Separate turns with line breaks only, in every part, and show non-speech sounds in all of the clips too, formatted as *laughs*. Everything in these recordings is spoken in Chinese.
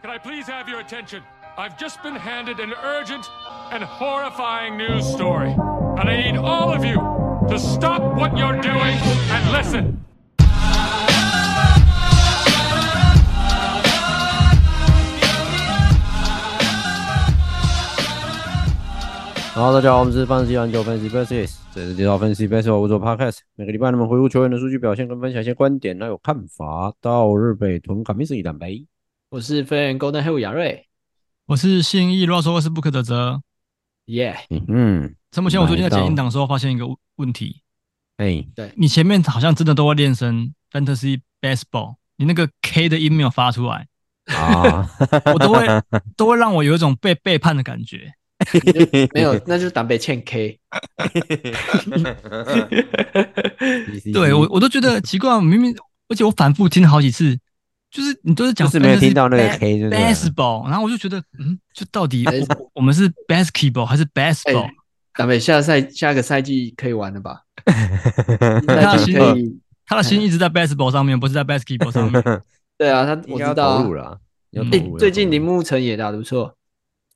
can I please have your attention? I've just been handed an urgent and horrifying news story. And I need all of you to stop what you're doing and listen.
然后大家好，我们是fantasy 篮球分析 basis，这里是介绍分析 basis 我做 podcast，每个礼拜我们回顾球员的数据表现跟分享一些观点，还有看法。到日北屯卡密斯一蛋白，
我是飞人 Golden Hill 亚瑞，
我是信义乱说话是不可的责。
耶、
嗯哼，
陈柏谦，我最近在
买到
剪音档的时候发现一个问问题，
哎，
你前面好像真的都会练声 fantasy baseball，你那个 K 的音没有发出来，
啊， *laughs*
我都会都会让我有一种被背叛的感
*laughs*
觉。
没 *laughs* 有，那就是党北欠 K。
对我我都觉得奇怪，我明明而且我反复听了好几次，就是你都是
*laughs*
讲
就是没有
fantasy
听到那个
ba-
K，对不对
baseball，然后我就觉得嗯，就到底
哎
我我们是 basketball 还是
哎
baseball？
党北下赛下个赛季可以玩了 *laughs* 吧？
那
赛季
行
可以，
他的心一直在 basketball 上面，不是在 basketball 上面。
对啊，他
应
我
该要
知道啊
投入。了，要
嗯
投
哎
入要
最
投
近
入
林木城也打得不错，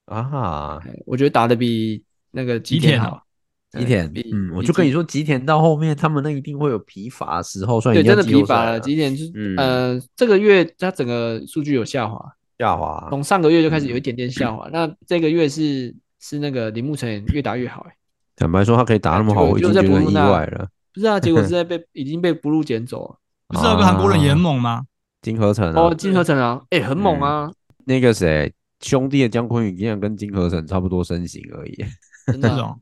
哎
啊，
我觉得打得比那个吉田好。
吉田
比，
嗯，我
比
就跟你
吉
说，吉田到后面他们那一定会有疲乏的时候，算
对，真的疲
疲乏
乏了。吉田就是、
嗯
呃，这个月他整个数据有下滑，
下滑，
从上个月就开始有一点点下滑。
嗯
那这个月是是那个林木城也越打越好、哎，
坦白说，他可以打那么好，
就
我已
哎就
经
在
觉得很
布
意
鲁纳
外了。
不是啊，结果是
*laughs*
在被已经被 Blue 捡走
嗯
了。
不是有个韩国人也很
啊
猛吗？
金合成啊
哦，，金合成啊，哎、很猛啊，
那个谁兄弟的姜昆宇，竟然跟金合成差不多身形而已。 *laughs*
*laughs* 真
这
的啊、
种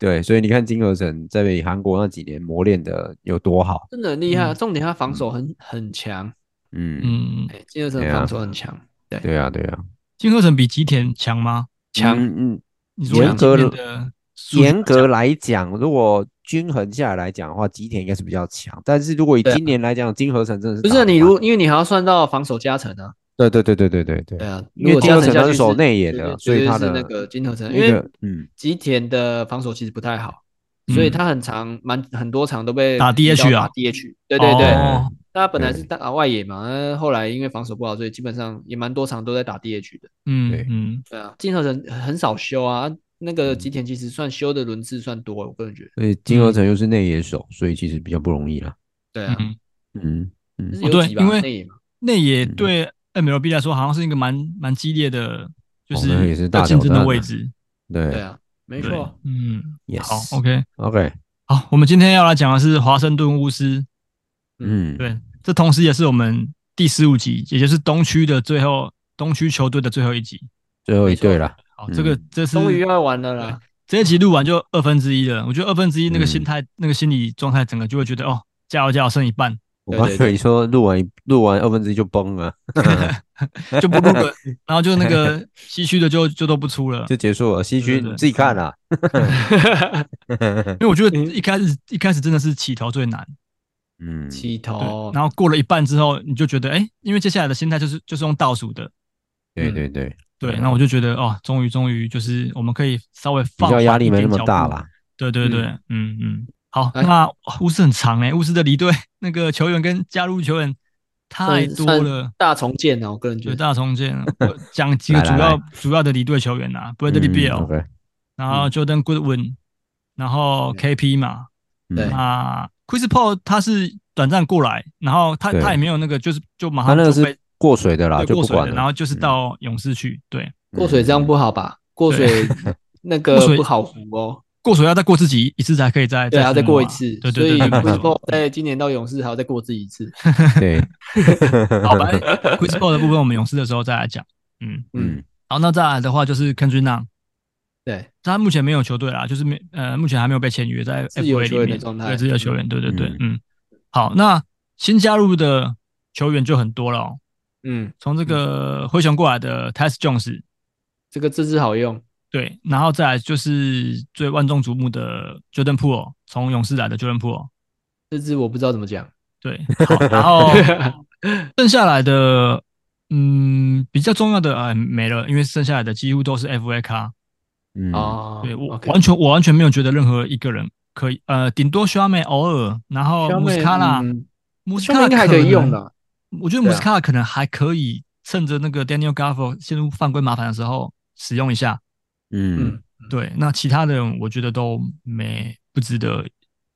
对，所以你看金合成在韩国那几年磨练的有多好。
真的很厉害啊。
嗯
重点他防守很很强，
嗯，
嗯，
哎、金合成
对啊
防守很强，
对啊，对啊，
金鹤城比吉田强吗？
强、
嗯，嗯
你说
严格
吉田的数据
严格
来
来讲，如果均衡下来来讲的话，吉田应该是比较强。但是如果以
对啊
今年来讲，金合成真的是
不
打
是啊
得
你
蛮
如因为你还要算到防守加成啊，
对对对对对对对
对，啊，
因为
如果
金合
加
成
下
他
去
是守内野
对
的
对，
所以
绝对
他
是
的
那个金合成，
那
因为
个嗯
吉田的防守其实不太好。
嗯
所以他很长，蛮很多场都被
打 DH 啊
打 DH，对对对，
哦
他本来是
对
打外野嘛，呃后来因为防守不好，所以基本上也蛮多场都在打 DH 的。
嗯
对
嗯，
对啊，金合成很少修啊，那个
嗯
吉田其实算修的轮次算多，我个人觉得。
所以金合成又是内野手，所以其实比较不容易啦。
对啊，
嗯
嗯嗯
就是
哦
有
对
几把
因为
内野嘛，
内野
嗯
对 MLB 来说好像是一个蛮蛮激烈的，就
哦那也是大
要竞
挑
争的
战
位
啊
置。
对
对
啊，没错，
嗯，
，yes，
好，OK，
OK，
好，我们今天要来讲的是华盛顿巫师，
嗯，
对，这同时也是我们第十五集，也就是东区的最后东区球队的最后一集。
最后一队啦，
好，这个
嗯
这是
终于要完了啦。
这一集录完就二分之一了，我觉得二分之一那个心
嗯
态、那个心理状态，整个就会觉得哦，加油加油，剩一半。
我
对
刚
对
以为
对
你说录完一录完二分之一就崩了，
就不录
*laughs*
了，然后就那个西区的就就都不出了，
就结束了。西
对
区
对对
你自己看啊啦，
因为我觉得一开始一开始真的是起头最难，
嗯，
起
对
头，
然后过了一半之后，你就觉得哎、诶因为接下来的心态就是就是用倒数的，
对
嗯
对对，
对，
嗯
那我就觉得哦，终于终于就是我们可以稍微
比
放
较
缓
压力
一
没
点
那么
脚
大
步，
啦。
对对对，
嗯
嗯嗯，好，
哎
那巫师很长哎、巫师的离队那个球员跟加入球员太
算
多了
算。大重建啊，我个人觉
对
得。
大重
*laughs*
建，我讲几个
来
主
来
要
来
主要的离队球员啊，Bradley
嗯
Beal，、
OK，
然
嗯
后 Jordan Goodwin，然后 KP 嘛，
对
嗯
啊，Chris Paul 他是短暂过来，然后他
对
他也没有那个，就是就马
他
上
那个
就被
是过水的啦，
对
就
过
不
水
管
了，
了。
然后就是
嗯
到勇士去。对，
过水这样不好吧？过水那
过
个
水
不好扶哦。
过水要再过自己一次才可以再
对啊，再
出炉
过
嘛
一次，
对
所
对
以
对，
不
对
是
对 *laughs*
说在今年到勇士还要再过自己一次。
*laughs* 对，
好，反正 Chris Paul 的部分我们勇士的时候再来讲。嗯，
嗯，
嗯，
好，那再来的话就是 Kendrick Nunn，
对，
他目前没有球队啦，就是没呃，目前还没有被签约在
自由
FA
球
里
员的
面，
状态
对自由球员，对对对
嗯，
嗯，好，那新加入的球员就很多了、哦，
嗯，
从这个灰熊过来的 Tess Jones，
这个这支好用，
对，然后再来就是最万众瞩目的 Jordan p o o l 从勇士来的 Jordan p o o l
这支我不知道怎么讲。 *laughs*
对，好，然后剩下来的，嗯，比较重要的啊、呃没了，因为剩下来的几乎都是 FA 卡。
嗯，
哦，
对我
OK
完全我完全没有觉得任何一个人可以，呃，顶多 s h a m 偶尔，然后
Sherman，
穆斯卡拉，
嗯
穆斯
下
卡
面
拉
应该还可以用的。
我觉得
对啊
穆斯卡拉可能还可以趁着那个 Daniel g a f f o 陷入犯规麻烦的时候使用一下。
嗯
嗯，
对，那其他的人我觉得都没不值得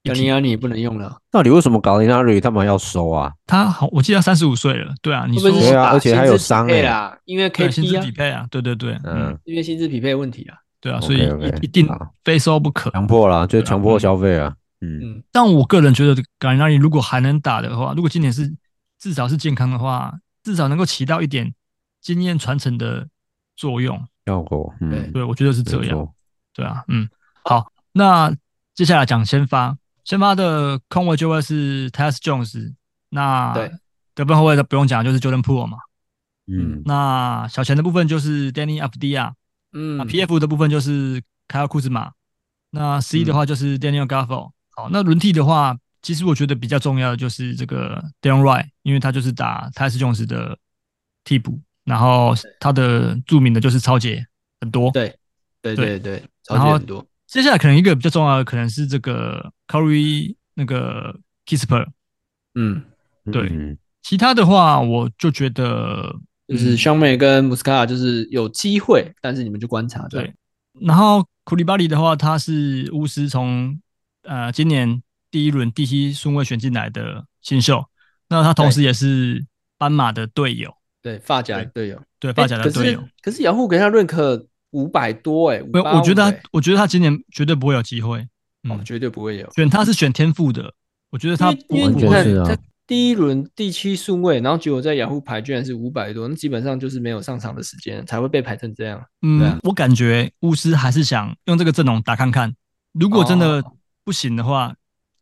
一
亚
提
尼亚尼不能用了，
到底为什么搞林纳瑞他们要收啊？
他好，我记得三十五岁了，对啊，你说
会不会是
对啊
打
而且还有伤
薪资匹配
欸
啦？因为
对薪资
KP
匹
啊，
配啊，对对对，嗯
嗯，，
因为薪资匹配问题啊。
对啊，
OK，
所以一
OK，
一定
好
非收不可。
强迫啦，
对
就
啊
强迫消费啊。嗯，
嗯，
但我个人觉得，感纳里如果还能打的话，如果今年是至少是健康的话，至少能够起到一点经验传承的作用。
效果，嗯，
对，我觉得是
没
这样。
错。
对啊，嗯，好，那接下来讲先发，先发的控卫就会是 t e s Jones，那
对
得分后卫的不用讲，就是 Jordan p o o l 嘛。
嗯，
那小前的部分就是 Danny a f d i a
嗯
那 PF 的部分就是凯尔库兹马，那 C
嗯
的话就是 Daniel g a f f o 好，那轮替的话，其实我觉得比较重要的就是这个 Dan Wright，因为他就是打泰斯 Jones 的替补，然后他的著名的就是超节很多。
对对
对
对对，超
然后
级很多。
接下来可能一个比较重要的可能是这个 Curry 那个 Kisper，
嗯，
对
嗯
其他的话我就觉得嗯
就是香妹跟穆斯卡就是有机会，但是你们就观察这样
对然后库里巴里的话，他是巫师从呃今年第一轮第七顺位选进来的新秀，那他同时也是斑马的队友，
对，发夹的队友，哎
对发夹的
诶可
队
是
友。
可是雅虎给他认可五百多哎，
没有，我觉得他
585，
我觉得他今年绝对不会有机会。
欸哦
嗯，
绝对不会有，
选他是选天赋的，我觉得他不
因为因为你
不
完全
会
是啊
看他第一轮第七顺位，然后结果在雅虎排居然是五百多，那基本上就是没有上场的时间，才会被排成这样。对
嗯
啊，
我感觉巫师还是想用这个阵容打看看，如果真的
哦
不行的话，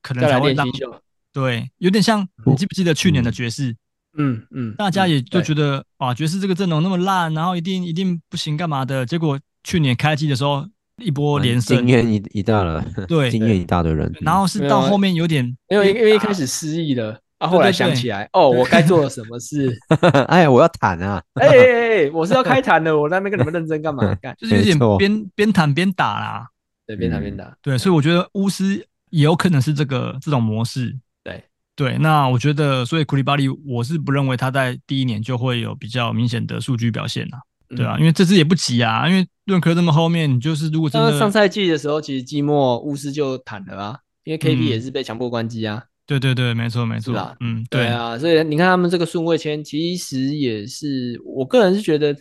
可能
再
才
来
会
练
让
新秀，
对，有点像
嗯
你记不记得去年的爵士，
嗯嗯，
大家
嗯
也就
对
觉得啊，爵士这个阵容那么烂，然后一定一定不行干嘛的，结果去年开季的时候一波连胜
经，验一一大了，
*laughs* 对
经验一大堆人。
然后是
没有
到
啊
后面有点
没有，因为因为一
啊
开始失忆了。啊！后来想起来，哦，我该做了什么
*laughs*
事？
嗯 *laughs* 哎，我要谈啊，
哎哎哎，我是要开坛的，我在那边跟你们认真干
*laughs*
嘛？干，
就是有点
没错
边边谈边打啦，
对，边打边打。
对，所以我觉得巫师也有可能是这个这种模式。
对
对，那我觉得，所以库里巴利，我是不认为他在第一年就会有比较明显的数据表现啊。
嗯
对啊，，因为这支也不急啊，因为论科这么后面，你就是如果真
那
的
上赛季的时候，其实季末巫师就坦了啊，因为 KP 也是被强迫关机啊。
对对对，没错没错
是吧，
嗯，
对啊，所以你看他们这个顺位签，其实也是我个人是觉得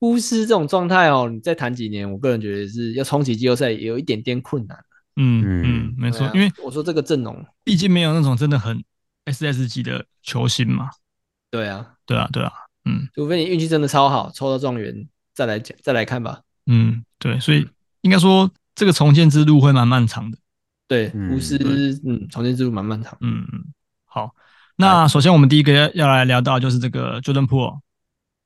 巫师这种状态哦，你再谈几年，我个人觉得是要冲击季后赛有一点点困难。啊
嗯
嗯
嗯，没错
对，啊
因为
我说这个阵容，
毕竟没有那种真的很 SS 级的球星嘛，
对啊，
对啊对啊，嗯
除非你运气真的超好，抽到状元再来讲再来看吧。
嗯，对，所以应该说这个重建之路会蛮漫长的，
对，
嗯
巫师嗯，重建之路蛮漫长。
嗯嗯，好，那首先我们第一个要要来聊到就是这个 Jordan p o o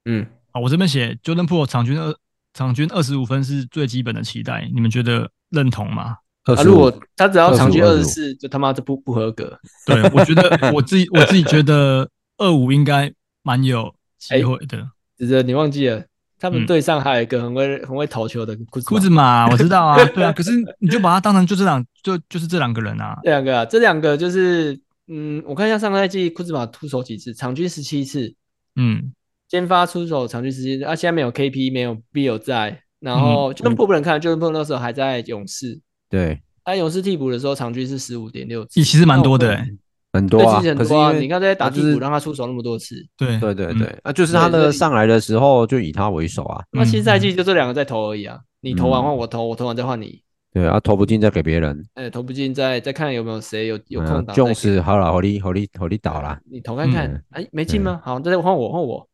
嗯，
啊，我这边写 Jordan p o o 场均二场均二十五分是最基本的期待，你们觉得认同吗？
二
啊，
十
如
五
果，他只要场均
25
二十四，就他妈这不不合格。
对我觉得我自己我自己觉得二五应该蛮有机会的。
只是你忘记了，他
嗯
们队上还有一个很会很会投球的库兹
库
马
兹马，我知道啊，对啊，可是你就把他当成就这两就就是这两个人啊，
这两个啊，这两个就是，嗯，我看一下上个赛季库兹马出手几次，场均十七次，
嗯
先发出手场均十七次，啊，现在没有 KP，没有 Bill 在，
嗯
然后就跟破不能看，就跟破那时候还在勇士，
对，
他勇士替补的时候场均是十五点六次，
也其实蛮多的、
那我
欸，
很多
对，
啊，
其实
可
很
是
多啊，
因为
你看在打
他
替
就是
补让他出手那么多次，
对
*laughs* 对对
嗯
对，啊，就是他
对所
的
以
上来的时候就以他为首啊，
那新赛
嗯
季就这两个在投而已啊，你投完
嗯
换我投，我投完再换你，
对啊，投不进再给别人，
哎，投不进再再看有没有谁有有空档再给，
重视好了，火力火力火力倒啦，
你投看看
嗯，
哎，没进吗？好，那再换我
*laughs*
换我，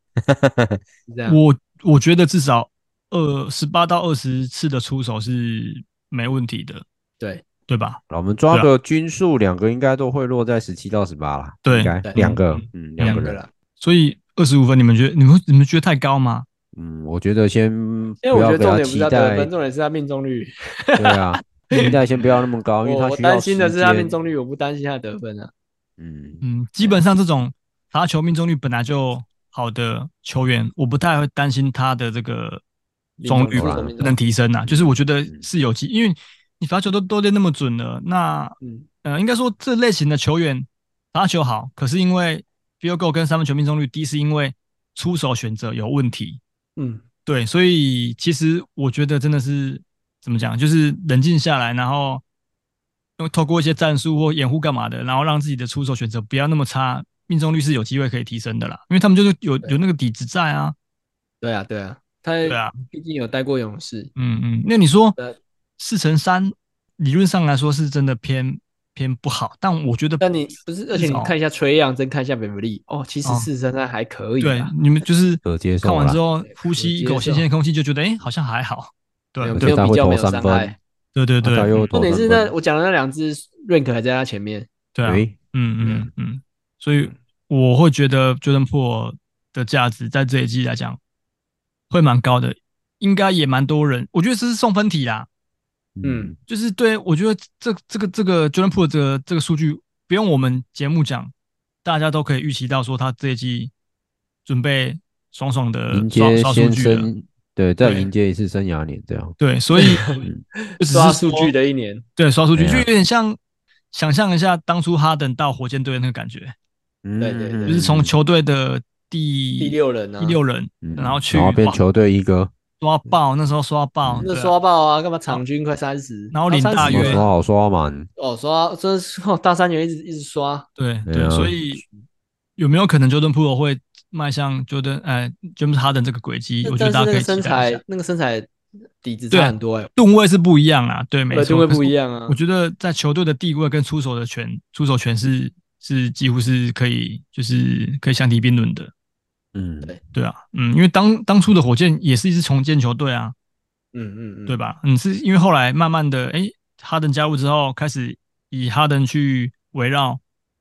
是这样，
我我觉得至少二十八到二十次的出手是没问题的，
对。
对啊吧？
我们抓个均数，两个应该都会落在十七到十八啦，
对
应该
对
两个，嗯，两
两
个
个
人，
了，
所以二十五分，你们觉得你们你们觉得太高吗？
嗯，我觉得先
因为
不
我
要
觉得
给他
重点不
期
是他得
待
分，，重点是他命中率。
对啊，
*laughs*
期待先不要那么高，因为
我
他
我
需要
担心的
时
是他
间
命中率，我不担心他得分啊。
嗯，
嗯，基本上这种罚球命中率本来就好的球员，我不太会担心他的这个中率
命中率
能提升啊。就是我觉得
嗯
是有机，因为你罚球都都练那么准了，那
嗯，
呃，应该说这类型的球员罚球好，可是因为 field goal 跟三分球命中率低，是因为出手选择有问题。
嗯，
对，所以其实我觉得真的是怎么讲，就是冷静下来，然后用透过一些战术或掩护干嘛的，然后让自己的出手选择不要那么差，命中率是有机会可以提升的啦。因为他们就是有有那个底子在啊。
对啊，对啊，他
对啊，
毕竟有待过勇士，
嗯嗯，那你说
呃
四乘三理论上来说是真的偏偏不好，但我觉得
但你不是，而且你
少
看一下崔杨，真看一下本弗利，哦，其实
哦
四十三还可以啊，
对你们就是
可接受
看完
啦
之后
对
呼
可
吸一
接
口新
受
鲜空气，就觉得哎、诶好像还好。对
没有
而
对
且
没
他
有
会
比较没
投
有
三
伤害
分，。
对对对，
他又投
重点是
三
那
分，
我讲的那两只 rank 还在他前面，
对啊。
诶
嗯嗯嗯，所以我会觉得 Jordan p o o 的价值在这一季来讲会蛮高的，应该也蛮多人。我觉得这是送分题啦，
嗯，
就是对我觉得这这个这个 Jordan p o o 这个这个数据不用我们节目讲，大家都可以预期到说他这一季准备爽爽的
嗯
迎
刷
接
刷数
先
据了。
生，对，再
对
迎接一次生涯年这样，
对，所以就只是
刷数
说
据的一年，
对刷数据，
对啊
就有点像想象一下当初哈登到火箭队的那个感觉。
嗯
对对对
就是从球队的第
第六人啊，
第六人，
嗯
然后去
然后变
哇
球队一哥，
刷爆，那时候刷爆，
那
对啊
刷爆啊，干嘛场均快三十，
然后领大
30
约
有
啊约
说好刷满，
哦，刷真是 *laughs* 哦，大三元一直一直刷，
对
对
对，
啊
所以有没有可能 Jordan p o o 会迈向 Jordan 呃 James Harden 这个轨迹？我觉得
但是
大家
那
可
个
以期待
身
一下
材。那个身材底子
对啊
差很多哎，
吨位是不一样啦，对，没
对，
错，
定位
可是
不一样啊
我。觉得在球队的地位跟出手的权，出手权是是几乎是可以，就是可以相提并论的，
嗯，
对啊，嗯，因为当当初的火箭也是一支重建球队啊，
嗯嗯嗯，
对？吧？嗯，是因为后来慢慢的，哎、哈登加入之后，开始以哈登去围绕，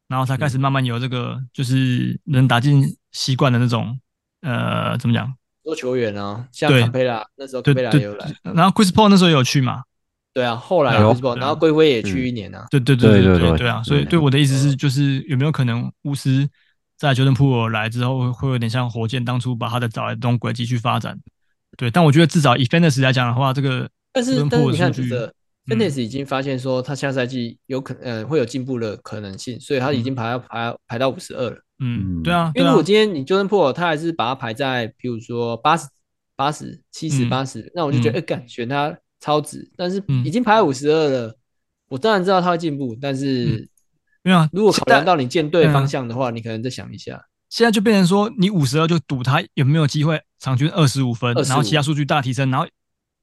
然后才开始慢慢有这个、就是能打进习惯的那种，呃，怎么讲？
做球员啊，像
对
坎佩拉那时候
对
坎佩
对
拉也有来，嗯
然后 Chris Paul 那时候也有去嘛？
对啊，后来
对啊
Chris
对
Paul，
啊
然后龟龟也去一年啊，
对对对
对
对
对对
对啊！
嗯
所以对我的意思是，就是有没有可能巫师在 Jordan p o o 来之后，会会有点像火箭当初把他的找来这种轨迹去发展？对，但我觉得至少以 Fantasy 来讲的话，这个
但是
伦
但
普的
是你
数
看，指
据，
着
嗯
Fitness 已经发现说他下赛季有可呃会有进步的可能性，所以他已经排到排排到五十二了。
嗯，
嗯
对啊，
因
对
为
啊
如果今天你 Jordan p o o 他还是把他排在，比如说八十、八十、七十、
嗯
八十，那我就觉
嗯
得，哎、干选他超值。但是
嗯
已经排五十二了，我当然知道他会进步，但
嗯
是
没有啊
如果考量
现在
到你舰队
嗯
方向的话，你可能再想一下。
现在就变成说，你五十二就赌他有没有机会场均二十五分，
25
然后其他数据大提升，然后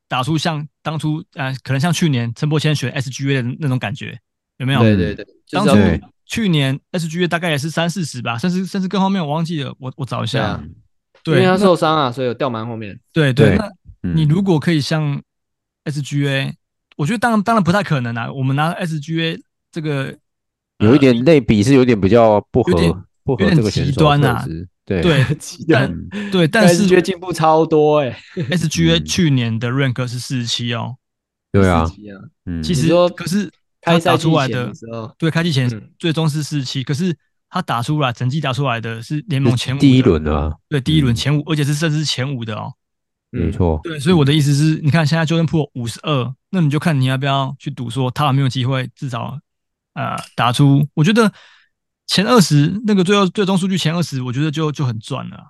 打出像当初呃，可能像去年陈柏谦选 SGA 的那种感觉，有没有？
对对对，就
当
是
初
要
对
去年 SGA 大概也是三四十吧，甚至甚至更后面我忘记了，我我找一
对
下
啊。，因
对
为他
那
受伤啊，所以有掉蛮后面。
对对，
对
那
嗯
你如果可以像 SGA，我觉得当然当然不太可能啊，我们拿 SGA 这个
有一点类比是有点比较不合
有点，
不合
有点
这个选
极
手
端
特
啊
质，对
对但
嗯
*laughs*
对，但
但是觉
是
得进步超多哎、
SGA
嗯
去年的 rank 是四十七哦，
对啊，
自己啊，
嗯，
其实
说
可是他
开
打
赛
出
季
来
前
的
的时候，
对，开季前
嗯
最终是四七、可是他打出来整季打出来的是联盟前五的
第一，轮啊，
对，第一轮
嗯
前五，而且是甚至是前五的哦。
嗯
没错，
对，所以我的意思是，你看现在 Jordan p o o 五十二，那你就看你要不要去赌说他有没有机会至少呃打出，我觉得前二十那个最后最终数据前二十，我觉得就就很赚了啊。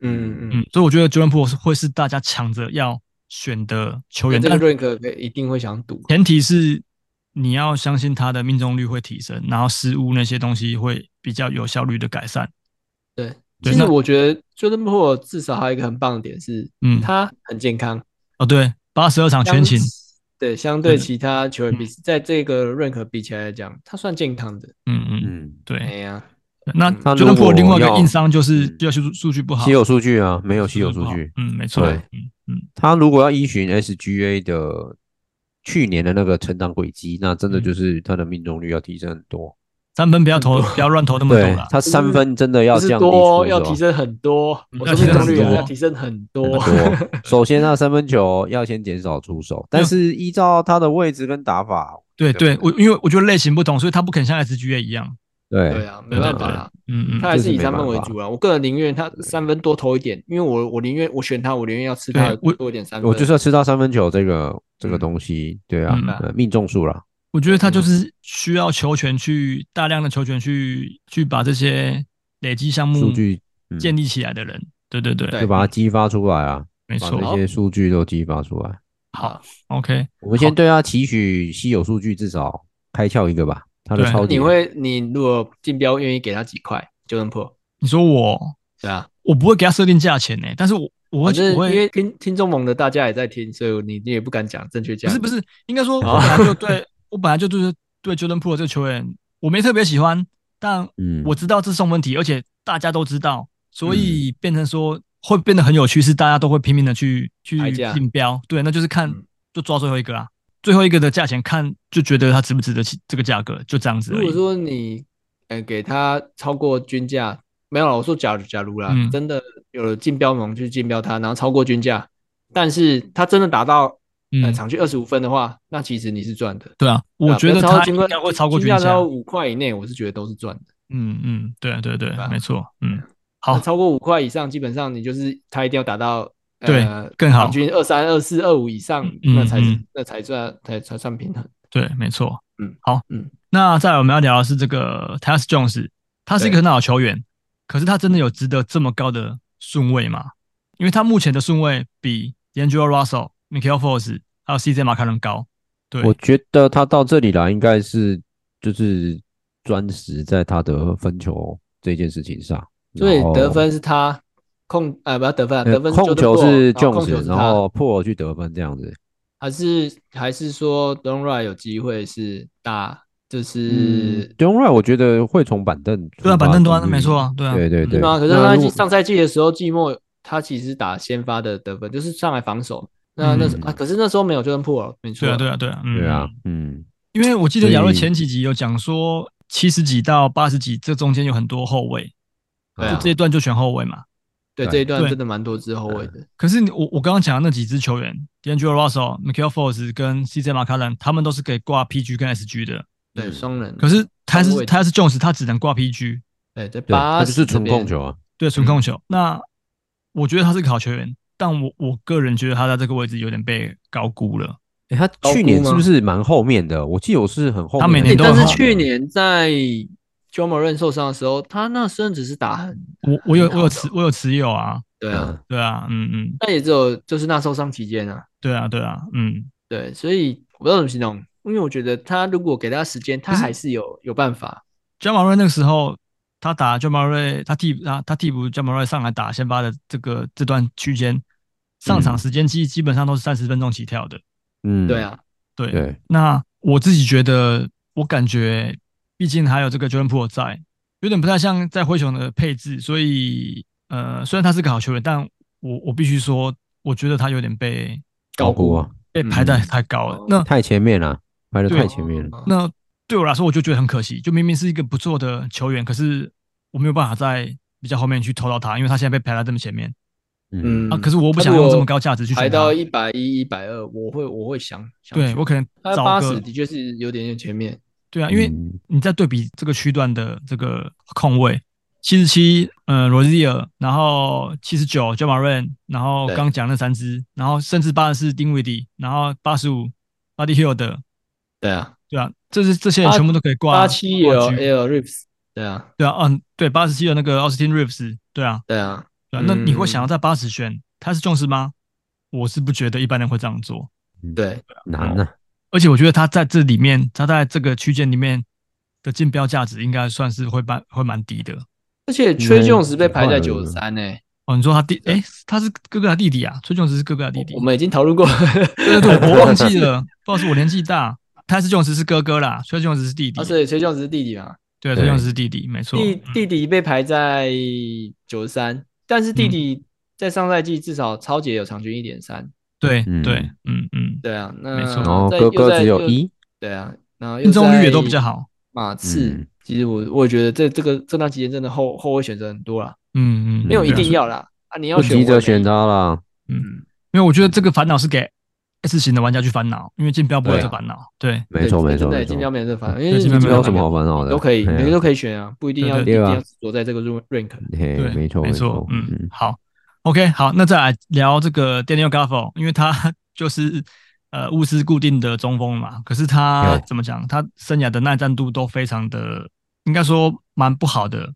嗯嗯
嗯，所以我觉得 Jordan p o o 会是大家抢着要选的球员，
这
但
个 rank 可以一定会想赌。
前提是你要相信他的命中率会提升，然后失误那些东西会比较有效率的改善。
对，
对
其实
那
我觉得 Jordan p o o 至少还有一个很棒的点是，
嗯
他很健康，
哦，对，八十二场全勤
相，对，相对
嗯
其他球员比，在这个 rank 比起来来讲，他算健康的。
嗯嗯，
嗯，
哎
对。
呀，
那
那
Jordan
如
p o o
果
另外一个
要
硬伤就是
嗯
第二数数据不好，
稀有数据啊，没有
数
稀
据
有
不
数
好
据，
嗯，没错，
对
嗯嗯
他如果要依循 SGA
嗯
的去年的那个成长轨迹，那真的就是他的命中率要提升很多，
三分不要投，不要乱投那么多
对
啦。
他三分真的要
不是
降低出
多
手
要提升很多，
嗯
我
要
说
提
命
升
中率啊
很多啊
要提升很多。
很多。首先，那三分球要先减少出手，但是依照他的位置跟打法，
对对，我因为我觉得类型不同，所以他不肯像 SGA 一样。
对
对
啊，没办法啦，
嗯嗯，
他还是以
这是没
三分
办
为
法
主啊。我个人宁愿他三分多投一点，因为我我宁愿我选他，我宁愿要吃他
对我
多一点三分。
我就是要吃到三分球这个这个东西，对啊
嗯，
呃命中数啦，
我觉得
嗯
他就是需要球权去大量的球权去去把这些累积项目
数据嗯
建立起来的人。对对对，
对
就把它激发出来啊，
没
把
错。
那些数据都激发出来。
好，OK，
我们先对他期许稀有数据至少开窍一个吧，他的
对
超级
你会，你如果竞标愿意给他几块，就能破，
你说我
对啊。
我不会给他设定价钱呢、但是我我
反正
会
因
我会
为听听众盟的大家也在听，所以你你也不敢讲正确价。
不是不
是，
是，应该说我
哦
本来就对我本来就对对 Jordan p o o 这个球员我没特别喜欢，但
嗯，
我知道这是送分题，而且大家都知道，所
嗯
以变成说会变得很有趣，是大家都会拼命的去去
抬价
竞标，对，那就是看
嗯
就抓最后一个啊，最后一个的价钱看就觉得它值不值得起这个价格，就这样子
如
而
果
已。
说你呃给他超过均价，没有啦，我说假如假如啦，
嗯
真的有了竞标盟去竞标他，然后超过均价，但是他真的达到呃
嗯，
场均二十五分的话，那其实你是赚的。
对啊，
对
我
啊
觉
不
得
要超过
它
均
应
价
该会超过均
均价
价
到。五块以内，我是觉得都是赚的。
嗯嗯，对对对
对，啊
没错，嗯，
那
好，
超过五块以上，基本上你就是他一定要达到
对
呃
更好
场均二三、二四、二五以上，
嗯
那才是
嗯
那才算才才算平衡。
对，没错，
嗯，
好，
嗯，
那再来我们要聊的是这个 t a s Jones，他是一个
对
很好的球员，可是他真的有值得这么高的顺位吗？因为他目前的顺位比 d a n g e l Russell、Michael Force 还有 CJ 马卡伦高，对，
我觉得他到这里来，应该是就是专实在他的分球这件事情上，
所以
然后
得分是他控，呃，不要得分啊，
呃
得分
控球是
Jordan Poole，然后控球
Jones，
是
然
他
后破去得分这样子。
还是还是说 d o n r a 有机会是打，就是
嗯 d o n r 我觉得会从板凳出发，
对啊，板凳端
就是
没错啊，对啊，
对对对
对吗？可是
那
他
如果
上赛季的时候，季末他其实打先发的得分，就是上来防守。那那时
嗯
啊，可是那时候没有 Jordan Poole，没错，
对啊，对啊，对啊，嗯
对啊，，嗯，
因为我记得
所以
亚瑞前几集有讲说七十几到八十几这中间有很多后卫，
对
就
啊
这一段就选后卫嘛，
对
对
这一段
对
真的蛮多之后卫的。
可是你我我刚刚讲的那几支球员 d a n g e l Russell、Michael Force 跟 CJ 马卡伦，他们都是可以挂 PG 跟 SG 的，
对，
嗯
双人。
可是他
中
是
卫
他是 Jones，他只能挂 PG，
对，在
对，
八
他就是
十
纯控球啊，
对纯控球。
嗯
那我觉得他是个好球员，但我我个人觉得他在这个位置有点被高估了。
诶他
高
去
估
年是不
吗
是蛮后面的？我记得我是很后面的，
他每年
欸
都
但
很
是
好
去年在 j o m o r a n 受伤的时候，他那甚至是打很
我我有我
很好
有
的
持我有持有啊，
对啊，
嗯，
对啊，嗯嗯，
但也只有就是那受伤期间啊，
对啊对啊，嗯，
对，所以我不知道怎么形容，因为我觉得他如果给他时间，他还是有有办法。
焦马瑞那个时候他打焦马瑞，他替啊他他替补焦马瑞上来打先发的这个这段区间，上场
嗯
时间基基本上都是三十分钟起跳的。
嗯，
对，啊，
对，
对，
那我自己觉得，我感觉，毕竟还有这个 Jordan p o o 在，有点不太像在灰熊的配置，所以呃，虽然他是个好球员，但我我必须说，我觉得他有点被
高估啊，
被排在太高了。
嗯
那
太前面了，排的
对
太前面了。
那
那对我来说，我就觉得很可惜，就明明是一个不错的球员，可是我没有办法在比较后面去投到他，因为他现在被排在这么前面
嗯，
嗯
啊。可是我不想用这么高价值去
排
选
到
他，
一百一、一百二，我会我会想，想
对
选
我可能
他
找
八十
个
的确是有点前面，
对啊，因为
嗯
你在对比这个区段的这个空位，七十七，呃，罗兹尔，然后七十九 j a m a r n 然后
对
刚讲那三支，然后甚至八十四丁威迪，然后八十五 Buddy Hill 的，
对啊，
对啊，这是这些人
八
全部都可以挂
八七也有
挂 G
也有 Rips，对啊，
对啊，嗯，对，八十七的那个 Austin Reeves，对啊，
对啊，
对啊，那你会
嗯
想要在八十选他是重视吗？我是不觉得一般人会这样做，
对，
难啊呐，
而且我觉得他在这里面，他在这个区间里面的竞标价值应该算是会蛮会蛮低的。
而且 Trey
嗯
Jones 被排在
很快
九
了
十三欸呢，
哦，你说他弟，哎，他是哥哥还是弟弟啊？崔琼斯是哥哥还是弟弟
我？们已经讨论过，
对对对，我忘记了，不好意思，我年纪大。他是琼斯是哥哥啦，崔琼斯是弟弟
*laughs* 啊，。所以崔教授是弟弟嘛，
对，
对
崔琼斯是弟弟，没错。嗯
弟弟弟被排在九十三，但是弟
嗯
弟在上赛季至少超姐有场均一点三，
对
嗯
对，嗯嗯，
对啊，那
没错
然后
在
哥
又
哥
在
只有
又
一，
对啊，然后又
命中率也
在
都比较好。
马刺
嗯
其实我我也觉得这这个这段期间真的后后卫选择很多啦，
嗯嗯，
没有一
对啊
定要啦啊，你要
不
选
急
我也
着
没
选他啦。
嗯，因为我觉得这个烦恼是给 S 型的玩家去烦恼，因为竞标不会有
啊
这烦恼。对，
没错没错
对，
没
竞
错，
标没有这反，因
对
为
竞标
你
没
没
有
有
这
什
个
么好烦恼的，
都可以，
嘿啊
每个都可以选啊，不一定要一
对
定
对吧
要锁在这个 rank。
嘿，
对，
没错
没
错，
嗯，，好，OK，好，那再来聊这个 Daniel Gaffo，因为他 *laughs* 就是呃巫师固定的中锋嘛，可是他
对
怎么讲，他生涯的耐战度都非常的，应该说蛮不好的，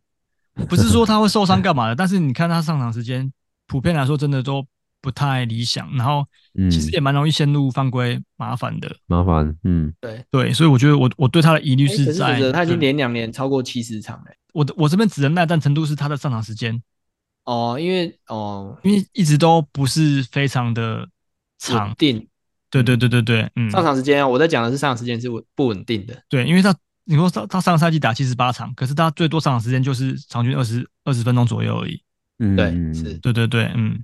不是说他会受伤干嘛的，但是你看他上场时间，普遍来说真的都不太理想，然后
嗯，
其实也蛮容易陷入犯规麻烦的，
麻烦，嗯，
对，所以我觉得我我对他的疑虑
哎可
是
是
在
指责他已经
对
连两年超过七十场了欸。
我的我这边指的耐战程度是他的上场时间，
哦，因为哦
因为一直都不是非常的长
稳，定
对对对对对，嗯，
上场时间啊，我在讲的是上场时间是稳不稳定的。
对，因为他你说他他上个赛季打七十八场，可是他最多上场时间就是场均二十二十分钟左右而已，
嗯
对
嗯
是
对对对，嗯，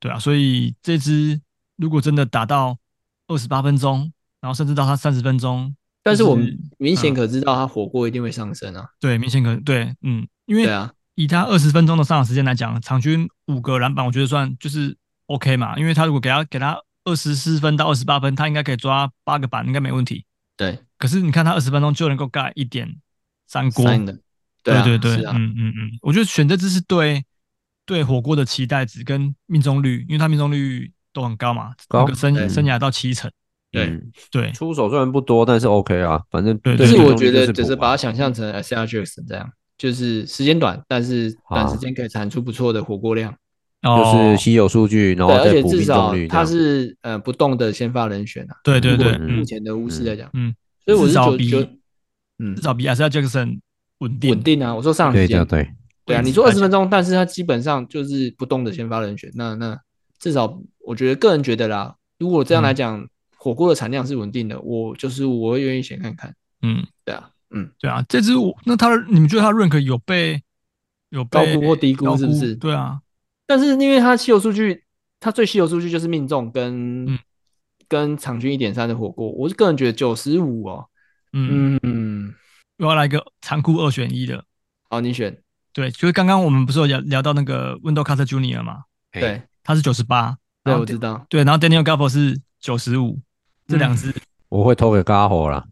对啊，所以这支如果真的打到二十八分钟，然后甚至到他三十分钟，
但是
就
我们明显
嗯
可知道他火锅一定会上升啊。
对明显可对，嗯，因为
对啊，
以他二十分钟的上场时间来讲，场均五个篮板，我觉得算就是 OK 嘛。因为他如果给他给他二十四分到二十八分，他应该可以抓八个板，应该没问题。
对，
可是你看他二十分钟就能够盖一点三锅，
三的，啊，
对对
是啊，
嗯嗯嗯，我觉得选这支是对对火锅的期待值跟命中率，因为他命中率都很高嘛，
高
那个生
对
生涯到七成，
对
嗯
对
出手虽然不多，但是 OK 啊，反正
对
对
就
但
是
是
命
我
中
觉
率
得
就
只是
补
把
嘛
它想象成 S R Jackson 这样，就是时间短，但是短时间可以产出不错的火锅量。
就是
哦，
稀有数据，然后
对，而
再
且
补
至
命中
少
率这
他
样，
是呃不动的先发人选啊。
对对
如果
对，
目
嗯，
前的巫师来讲，
嗯，
所以我
至
是
少
觉
比
觉得，嗯
至，少比 S. L. Jackson 稳定，
稳定啊。我说上场
对
时
对
间，
对，
对啊，
位置
你说
来
二
讲
十分钟，但是他基本上就是不动的先发人选。那那至少我觉得个人觉得啦，如果这样来讲，火锅的产量是稳定的，我就是我会愿意先看看。
嗯，
对啊，嗯，
对啊，这支我那他的你们觉得他 rank 有被有被
高估或低估是不是
对啊，
但是因为他稀有数据，他最稀有数据就是命中跟、
嗯
跟场均一点三的火锅，我是个人觉得九十五哦，
嗯，
嗯嗯，
我要来一个残酷二选一的，
好，你选，
对，就是刚刚我们不是有聊聊到那个 Window Carter Junior 嘛，
嘿
对
他是九十八，
对，
然后
我知道，
对，然后 Daniel Gaffo 是九十五，这两
嗯
支
我会投给嘎火啦，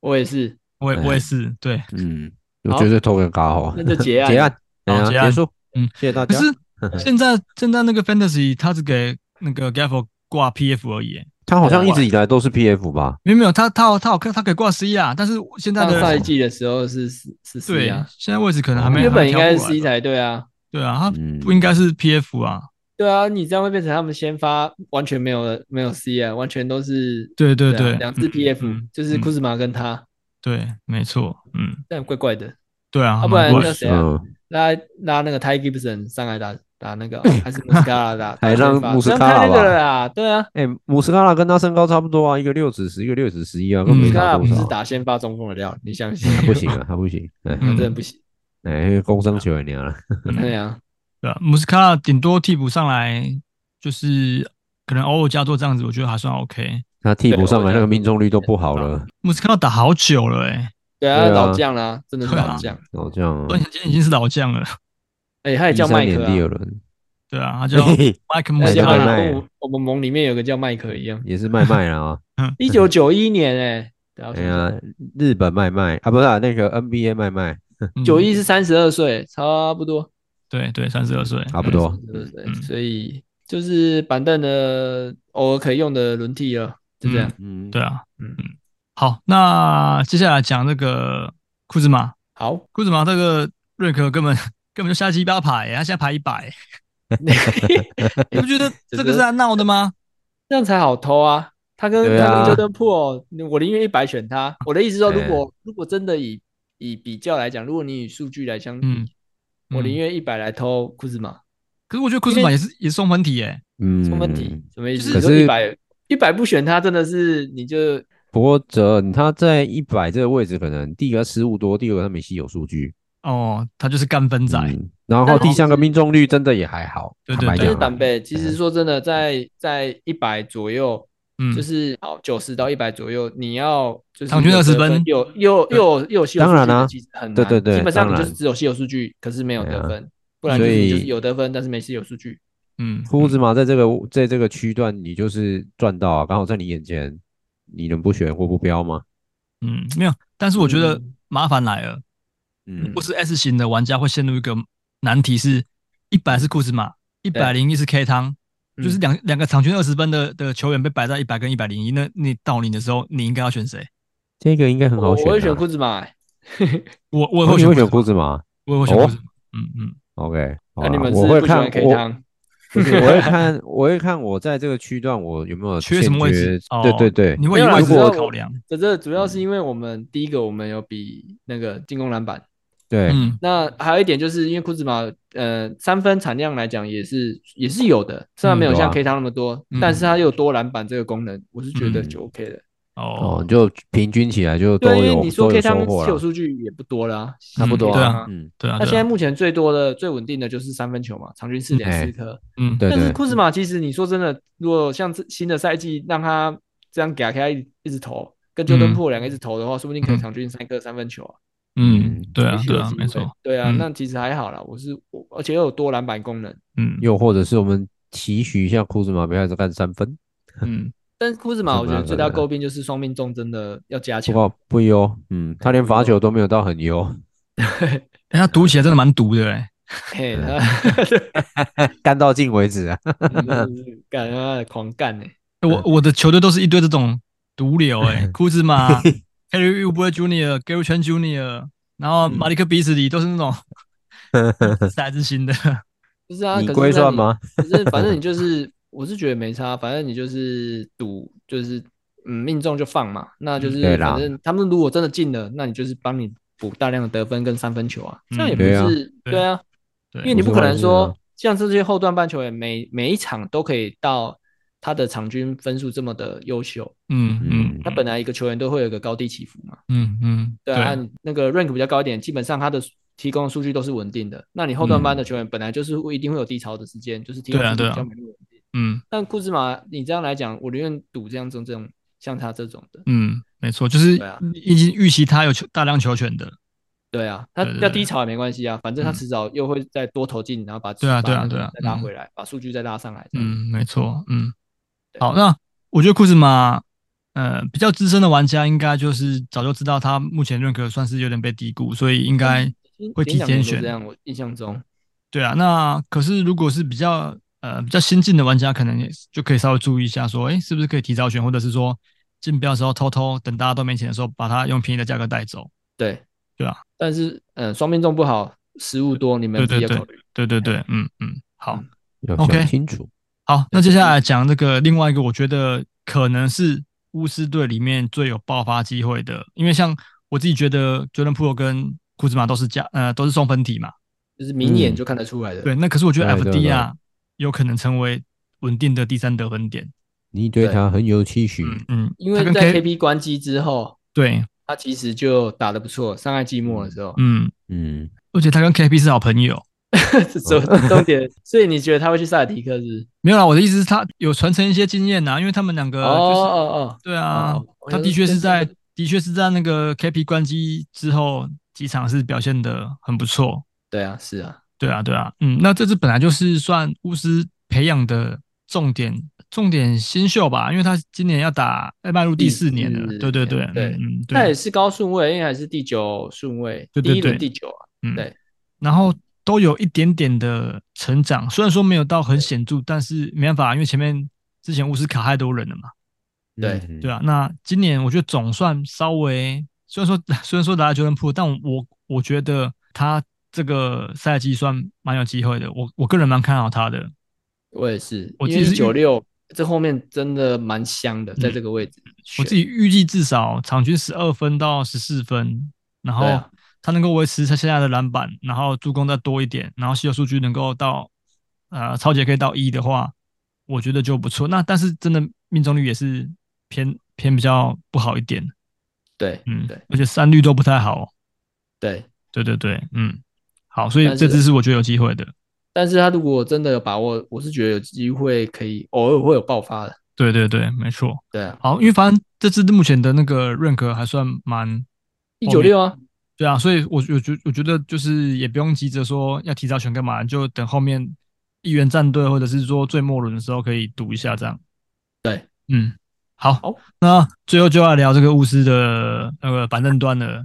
我也是，
我也
哎
我也是对，
嗯，我
好
绝对投给嘎火，
那就
*laughs*
结案
结案，哎呀
结案
结束，
嗯，
谢谢大
可
家。
是现在现在那个 Fantasy 他只给那个 Gaffo 挂 PF 而已耶，
他好像一直以来都是 PF 吧？
没有没有，他他有他有他可以挂 C 啊，但是现在
上赛
的
季的时候是是是四
对
啊，
现在位置可能还没
原本
还没
应
调
该是
过来
C 才对啊，
对啊，他
嗯
不应该是 PF 啊。
对啊，你这样会变成他们先发完全没有没有 C 啊，完全都是
对对
啊
对
两
嗯
只 PF，、
嗯
就是
嗯
库兹马跟他，
对，没错，嗯，
但怪怪的，
对啊，
要、
他
不
蛮
然
怪
那
的
谁啊？
嗯，
拉拉那个 Ty Gibson 上来打打
*laughs*
那个，还是穆斯卡拉打，
还让
打先发
穆斯
不用
卡拉
看那
吧
个了啦，对啊，
哎，姆斯卡拉跟他身高差不多啊，一个六尺十，一个六尺十一啊，
嗯
根本没
穆斯卡
差
拉
多
不是
少。
打先发中锋的料，你相信？
他不行啊， *laughs* 他不行，哎
嗯
真的不行，
哎，因为工伤球员娘了，
对啊，
对啊，穆斯卡顶多替补上来，就是可能偶尔加多这样子，我觉得还算 OK。
他替补
对
上
我
来
觉
那
得
个命中率都不好了，
穆斯卡打好久了、欸，哎，
对啊，
对啊
老将啦，真的是
对啊
老将，
然哦后这样
而且今天已经是老将了，
哎，他也
一
叫
三
麦
年
克啊
第，二轮，
对啊，他叫 Mike 穆
哎
斯
叫
卡
麦
麦
拉，
克
克，跟我我们盟里面有个叫麦克一样，
*laughs* 也是卖卖了啊，
一九九一年哎，对啊我
哎
想想，
呀，日本卖卖啊，不是啊那个 NBA 卖卖，
嗯
九一是三十二岁，差不多，
对对，三十二岁，
差不多，
对不对
嗯？
所以就是板凳的偶尔可以用的轮替了，就这样。
嗯，
对啊，嗯
嗯
嗯。好，那接下来讲那个库兹马，
好，
库兹马这个瑞克根本根本就瞎鸡巴排、欸，他现在排一
*laughs*
百、你不觉得这个是在闹的吗？
这样才好偷啊！他跟
对啊
他跟 Jordan p o o 我宁愿一百选他。我的意思说，
对
如果如果真的以以比较来讲，如果你以数据来相比，
嗯，
我宁
嗯，
愿一百来偷库兹马，
可是我觉得库兹马也是也是送分题、欸，
嗯，
什么问题？什么意思？
可
你说
是
一百一百不选他，真的是你就
不过哲，他在一百这个位置，可能第一个失误多，第二个他没稀有数据，
哦，他就是干分仔，
嗯然后第三个命中率真的也还好，
对
坦白
对
就是
讲啊，
挡背。其实说真的，在在一百左右，
嗯，
就是好九十到一百左右，你要就是
场均
有
20
得
分
有又又又有稀有
当
数据
然啊
的其实很难，
对对对
基本上你就
当
是
然
只有稀有数据，可是没有得
对啊
分，不然就是
所以
你就是有得分，但是没稀有数据。
嗯，
胡子嘛，在这个在这个区段，你就是赚到啊，刚好在你眼前，你能不选或不标吗？
嗯，没有。但是我觉得
嗯
麻烦来了，
嗯
不是 S 型的玩家会陷入一个难题是，一百是库兹马，一百零一是 K 汤，
嗯
就是两两个场均二十分的的球员被摆在一百跟一百零一，那你到你的时候，你应该要选谁？
这个应该很
我
好选、啊
我会选库兹马，欸
我我会
哦你
选
会选
库
库
兹
兹马
马，我会选库
哦
兹马。嗯嗯，
，OK，好
那
啦
你们是
我
不
会
喜
看
欢 K
我。
汤？
不是我会看，我会看我在这个区段我有没有
缺什么位置
欠？
哦
缺对对对，啊
你会以
没有啦
位置
如果
来考量。
这这主要是因为我们第一个我们有比那个进攻篮板，
对，
嗯
那还有一点就是因为库兹马呃三分产量来讲也是也是有的，虽然没有
嗯有
像
啊
K 汤那么多，
嗯
但是它有多篮板这个功能，我是觉得
嗯
就 OK 的。
哦
哦，，就平均起来就都
对，因为
有
你说
都
K
有
汤
收获
有
了，
数据也不多啦，
差不多
对
啊
啊，
嗯，
对啊，
那现
对
在
啊，
目前最多的、最稳定的就是三分球嘛，场均四点四颗。
嗯，
哎对
但是
对，
库兹马其实你说真的，如果像这新的赛季让他这样给他一一直投，跟就
嗯
跟破两个一直投的话，说不定可以
嗯
场均三颗三分球啊。
嗯，对
也
啊，
许
对
有
啊
机，会
没错，。
对啊，
嗯
那其实还好啦。我是我，而且又有多篮板功能。
嗯
又或者是我们期许一下库兹马不要再干三分，
嗯，
但是库兹马
库
我
兹
觉
马
得最大
可能
诟病就是双命中真的要加
不
强。
过不优，
啊
嗯，他连罚球都没有到很优， *laughs*
*laughs*
哎，他读起来真的蛮毒的哎，
嘿，
嗯
他
干到尽为止啊。
*laughs* 就是干他妈的狂干欸呢。
我我的球队都是一堆这种毒瘤哎，库兹马、Harry u b e Junior、Gary Trent Junior，然后马里克比斯里都是那种三字型的，
就是啊，
你
可是
归
那
算
你
吗？
可是反正你就是，我是觉得没差，反正你就是赌，就是嗯命中就放嘛，那就
嗯
是
对啦
反正他们如果真的进了，那你就是帮你补大量的得分跟三分球啊，这样也不
对啊
是
嗯对
对啊，
对
因为你不可能
不是坏
说
事啊
像这些后段班球员每每一场都可以到他的场均分数这么的优秀，
嗯嗯
嗯
他本来一个球员都会有一个高低起伏嘛，
嗯嗯，
对啊，你那个 rank 比较高一点，基本上他的提供的数据都是稳定的。那你后段班的球员本来就是会一定会有低潮的时间，就是提供
嗯对啊对
数据比
啊
较没那么稳定。
嗯
但库兹马，你这样来讲，我宁愿赌这样这种这种像他这种的，
嗯，没错，就是
对啊
已经预期他有球大量球权的，
对啊，他
对对
要
对
低潮也没关系啊，反正他
嗯
迟早又会再多投进，然后把
对啊对啊
把那个
对啊
再拉
嗯
回来，把数据再拉上来。这样，
嗯，没错，嗯，
对
好，那我觉得库兹马，呃，比较资深的玩家应该就是早就知道他目前认可算是有点被低估，所以应该、
前
会
前
提前
两年都
选
这样，我印象中，
对啊。那可是如果是比较呃比较新进的玩家，可能也就可以稍微注意一下，说，哎，是不是可以提早选，或者是说竞标的时候偷偷等大家都没钱的时候，把它用便宜的价格带走。
对
对啊，
但是嗯，双命中不好，失误多，你们
对
自己
对
要
对
考虑。
对对对，嗯嗯，好。
要
OK
想清楚。
好，那接下来讲这个另外一个，我觉得可能是巫师队里面最有爆发机会的，因为像我自己觉得 Jordan p o o 跟库兹马都是加呃都是送分题嘛，
就是明眼
嗯
就看得出来的。
对，那可是我觉得
对对
FD 啊
对
有可能成为稳定的第三得分点，
你对他很有期许，
嗯嗯，
因
他
为
跟
在
K
KB 关机之后，
对，
他其实就打得不错，上赛季末的时候，
嗯，
嗯，
而且他跟 KP 是好朋友，
*laughs* 这重
哦
重点。所以你觉得他会去塞尔提克是不是？
没有啦，我的意思是他有传承一些经验呐、因为他们两个
哦
呃就是
哦
对啊
哦，我
他
觉
的
得
确
这
是
是
在，的确是在那个 KP 关机之后几场是表现的很不错。
哦，对啊，是啊，
对啊，对啊，嗯，那这支本来就是算巫师培养的重点重点新秀吧，因为他今年要打要迈入第四年了。
第四
对对对
年，对
嗯嗯
他也
对，
是高顺位，应该还是第九顺位，
对对
第一轮
对
第九啊，
嗯
对。
然后都有一点点的成长，虽然说没有到很显著，但是没办法，因为前面之前巫师卡太多人了嘛。
对
嗯
对啊，那今年我觉得总算稍微，虽然说 *laughs* 虽然说打九人铺，但我我觉得他这个赛季算蛮有机会的，我我个人蛮看好他的。
我也是，
我
因
自
为
己是
九六这后面真的蛮香的，在
嗯
这个位置
我
选，
自己预计至少场均十二分到十四分，然
对
后
啊
他能够维持他现在的篮板，然后助攻再多一点，然后稀有数据能够到呃超级可以到一的话，我觉得就不错。那但是真的命中率也是偏偏比较不好一点，
对，
嗯，
对
而且三率都不太好哦、
对。
对对对，嗯，好，所以
但
这
是
支是我觉得有机会的。
但是他如果真的有把握，我是觉得有机会可以偶尔会有爆发的。
对对对，没错。
对啊，
好，因为反正这支目前的那个认可还算蛮
一九六啊，
对啊，所以我我觉我觉得就是也不用急着说要提早选干嘛，就等后面议员战队或者是说最末轮的时候可以赌一下这样。
对，
嗯，好，
好
那最后就要聊这个巫师的那个板凳端了，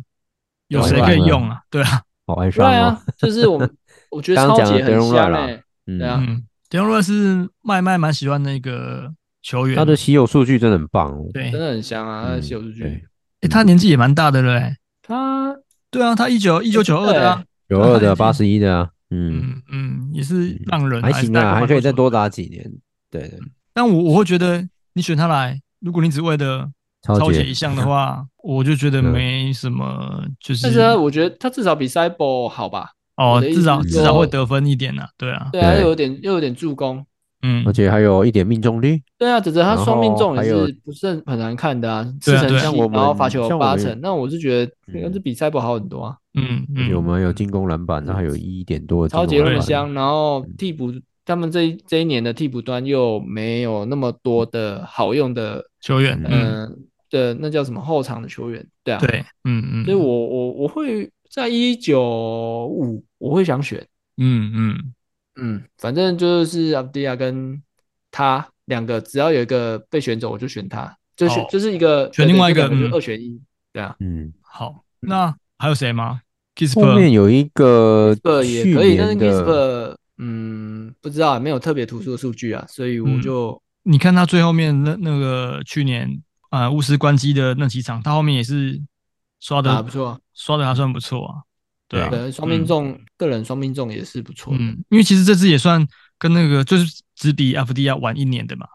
有谁可以用啊？对啊，
好哀
对
伤哦
啊。，就是我
*laughs*
们我觉得
刚
超
刚
姐
讲的
很
Darren
香
Wright 啦
哎，
嗯
对啊
嗯，迪隆洛是麦麦蛮喜欢那个球员，
他的稀有数据真的很棒哦。
对，
真的很香啊，
嗯
他的秀出
对
去，
诶他年纪也蛮大的了、欸，
他
对啊，他一九一九九二的啊，
九二的、
他
八
已经
十一的啊，嗯，
嗯嗯，也是让人
还行
是带过嗯
啊，
蛮
还可以
球
再
的
多打几年。对对，
但我我会觉得你选他来，如果你只为了
超
超
级
解一项的话，我就觉得
嗯
没什么，就是啊
但是他我觉得他至少比 c y b o 好吧？
哦，
我的意思
至少
是
至少
说
会得分一点呐，对啊，
对啊，
对
又有点又有点助攻，
嗯
而，且还有一点命中率。
对啊，只是他双命中
然后还
也
有
是不是很很难看的啊，
对
四
啊
成
对啊
七，
像我们
然后罚球
像我
八
们
成，那我是觉得
嗯
这比 c y b o 好很多啊，
嗯
而且我
嗯，
们还有进攻篮板，他还有一点多的
超级
进攻篮
很
板。
香，然后
嗯
替补。他们这一这一年的替补端又没有那么多的好用的，
球员，嗯，
嗯、的那叫什么后场的球员，对啊，
对，嗯嗯，
所以我我我会在一九五，我会想选，
嗯嗯
嗯，反正就是阿布迪亚跟他两个，只要有一个被选走，我就选他，就选、
哦
就是一个
选另外一个
对对就两
嗯
就二选一，对啊，
嗯，
好，那还有谁吗？Kiss
后面有一个
这
去
也可以，但是
年
g i s p e
的，
r 嗯，不知道没有特别突出的数据啊，所以我
嗯
就、
你看他最后面那那个去年啊巫师关机的那几场，他后面也是刷
打得
的
不错啊，
刷的还算不错啊，对啊，
对，双命
嗯
中、个人双命中也是不错的，
嗯，因为其实这支也算跟那个就是只比 FD 要晚一年的嘛，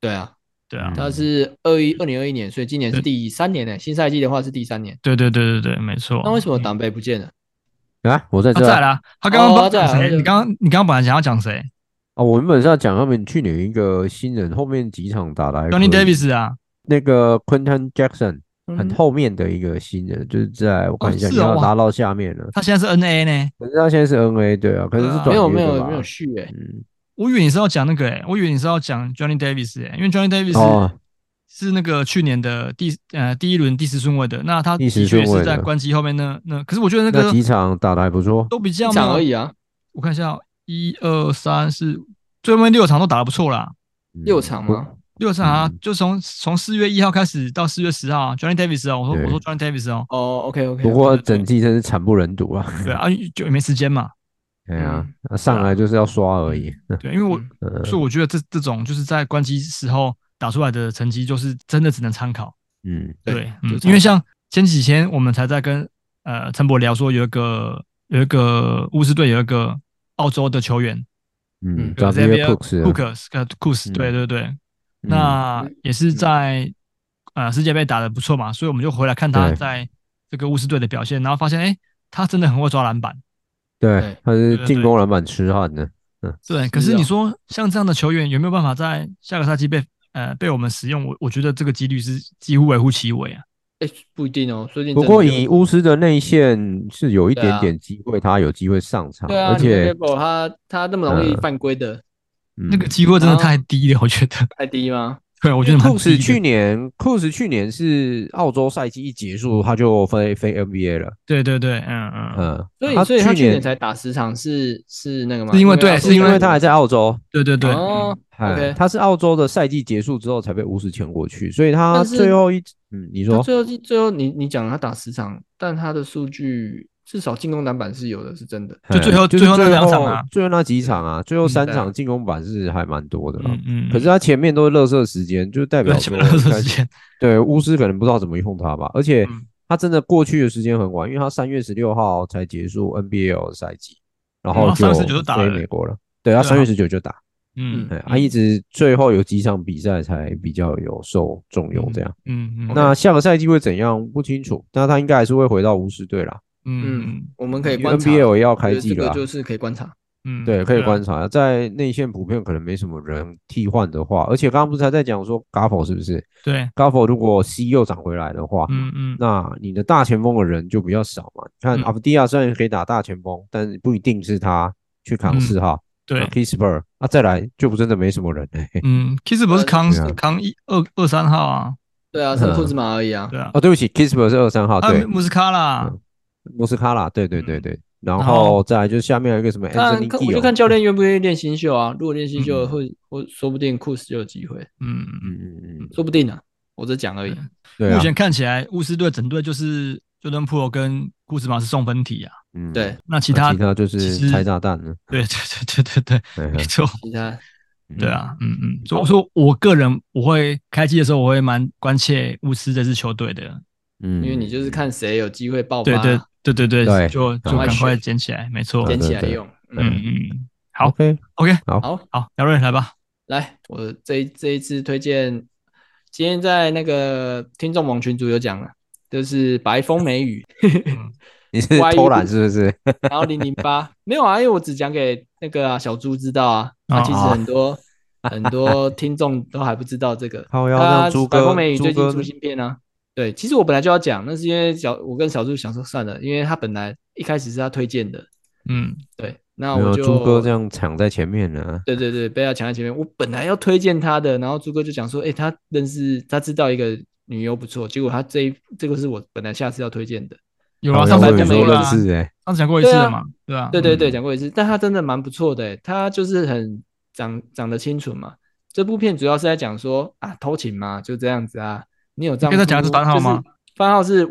对啊，
对啊，
嗯
他是二一二零二一年，所以今年是第三年呢、新赛季的话是第三年，
对对对对对，没错。
那为什么党杯不见了？
啊，我在
他
这
在
啊
啦？他刚刚
哦
帮
在啊
讲谁？
在
你刚刚你刚刚本来想要讲谁
啊，我原本是要讲他们去年有一个新人，后面几场打的还
？Johnny
可以
Davis 啊？
那个 Quentin Jackson 很
嗯
后面的一个新人，就是在我看一下，
哦
你
是哦
要
哇
拉到下面了。
他现在是 NA 呢？
可是他现在是 NA 对啊，可是是
对啊
转
没有
约
没
的
有
吧
没有续哎、
嗯，
我以为你是要讲那个诶、我以为你是要讲 Johnny Davis 诶、因为 Johnny Davis、
哦
是那个去年的第呃第一轮第十顺位的，那他
第
的
10
确
顺位
是在
的
关机后面那那，可是我觉得那
那
个
几场打的还不错，
都比较
一
没
场
有
而已啊，
我看一下哦，一二三四，最后面六场都打得不错啦。
嗯
六场
不
吗？
六场啊
嗯，
就从从四月一号开始到四月十号啊，Johnny Davis 啊，我说
对
我说 Johnny Davis
*laughs*
哦，
哦，OK OK，
不过整季真是惨不忍睹啊！
对啊，就也没时间嘛，
对啊，那上来就是要刷而已。
对，因为我
嗯
嗯
所以我觉得这这种就是在关机时候打出来的成绩，就是真的只能参考，
嗯，
对
对，
就
嗯，
参
因为像前几天我们才在跟呃陈博聊说，有一个有一个巫师队有一个澳洲的球员
嗯
嗯
有
，W
Xavier
Cooks 啊
Cooks 呃 Cooks，对
嗯
对对，
嗯
那也是在呃世界杯打得不错嘛，所以我们就回来看他
对
在这个巫师队的表现，然后发现哎、诶他真的很会抓篮板。
对
对，
他
对
是
对
进攻篮板痴汉呢。
对，可
是
是你
啊
说像这样的球员有没有办法在下个赛季被呃被我们使用？我我觉得这个几率是几乎微乎其微啊。
哎、不一定哦，最近
不
真的
过
就
以巫师的内线是有一
对
点
啊
点机会，他有机会上场，
对啊，
而且
l 他他那么容易
嗯
犯规的、
那
那
个机会真的
嗯
然后
太低了，我觉得。 *laughs*
太低吗？
对，我觉得蛮
库
低
斯
的
去年库斯去年是澳洲赛季一结束他就飞飞 NBA 了，
对对对，嗯嗯，
嗯，
所以所以他去
年
年才打十场是是那个吗？
是因为对
澳洲
是
因
因
为他还在澳洲，
对对对，
哦
哎
OK
他是澳洲的赛季结束之后才被巫师签过去，所以他
但是
最后一嗯，你
他
说
最后最后你你讲他打十场，但他的数据至少进攻篮板是有的，是真的。
就最后
哎就
最
是
后那
最
两场啊
最后那几场啊，最后三
对啊
场进攻板是还蛮多的啦。
嗯嗯，嗯
啊可是他前面都是乐色时间，就代表
对，
说
前面二
应该
十
是
时间，
对巫师可能不知道怎么用他吧，而且
嗯
他真的过去的时间很晚，因为他三月十六号才结束 NBL 的赛季，然后
嗯他
就
3月19就打
飞
了
美国了。对
对
他
啊
三月十九就打，
嗯，
哎
嗯
他一直最后有几场比赛才比较有受重用这样。，
嗯嗯，
那下个赛季会怎样不清楚，那他应该还是会回到巫师队啦，
嗯
嗯
嗯，
我们可以
因为
观察
NBL 要
我觉
开
得
季
这
了
个
啊，
就是可以观察。
嗯，
对，可以观
察，
察，在内线普遍可能没什么人替换的话，而且刚刚不是还在讲说 g a f o 是不是
对，
g a f o 如果 C 又涨回来的话，
嗯嗯，
那你的大前锋的人就比较少嘛。你看
嗯
阿布迪亚虽然可以打大前锋，但是不一定是他去扛
嗯
四号，
对
啊 Kisper 啊，再来就不真的没什么人、嘿嘿
嗯，Kiss 不是康
对啊
康一二二三号啊，
对啊，剩库兹马而已啊。
对啊，
嗯哦，对不起，Kisper 是二三号，
啊
对，
穆斯卡啦，
莫斯卡拉，对对对对。然
然
后
后
再来就是下面有一个什么
看
Anthony，
看
Gill
我就看教练愿不愿意练新秀啊。如果练新秀，
嗯
会或说不定库斯就有机会，
嗯嗯
嗯嗯嗯，
说不定啊。我只讲而已。
对
目
啊，
前看起来，巫师队整队就是就跟普罗跟库兹马是送分题啊，
嗯，
对，
那其
其
他
其他就
其
是
实
拆炸弹了，
对对 *laughs* 对对对对，
嘿嘿
没错，
其他
*laughs* 对啊，嗯嗯，所以说我个人我会开机的时候，我会蛮关切巫师这支球队的，
嗯，
因为你就是看谁有机会爆
对对
发，
对对对，
对
就
赶
就
快
赶快
选
捡起来，没错，
对
捡
嗯
起来
对对
用。嗯，
嗯嗯，好
OK，
，OK，
好，
好，姚瑞来吧，
来，我这一这一次推荐，今天在那个听众盟群组有讲了，就是白风美
*laughs*
雨，
你是
歪一
偷懒是不是？
然后零零八没有啊，因为我只讲给那个、啊、小猪知道啊，他、其实
哦
很多、很多听众都还不知道这
*laughs*
个。
靠腰
他
那猪
白
哥
风美雨
猪
最近
哥
出新片啊，对，其实我本来就要讲，那是因为小我跟小猪想说算了，因为他本来一开始是他推荐的，
嗯
对，那
没有
我就
猪哥这样抢在前面啊呢，
对对对，被他抢在前面。我本来要推荐他的，然后朱哥就讲说，哎、他认识，他知道一个女优不错，结果他这一这个是我本来下次要推荐的。
有啊，
靠
上
腰
次
班
讲过
我有时候
就没
了
认
啊，
识哎，
上次讲过一次
对啊
了嘛，对啊，
对对对，
嗯
讲过一次，但他真的蛮不错的、欸他就是很长长得清楚嘛。这部片主要是在讲说啊，偷情嘛，就这样子啊。你有这样？
你跟他讲的是番号吗？
番号是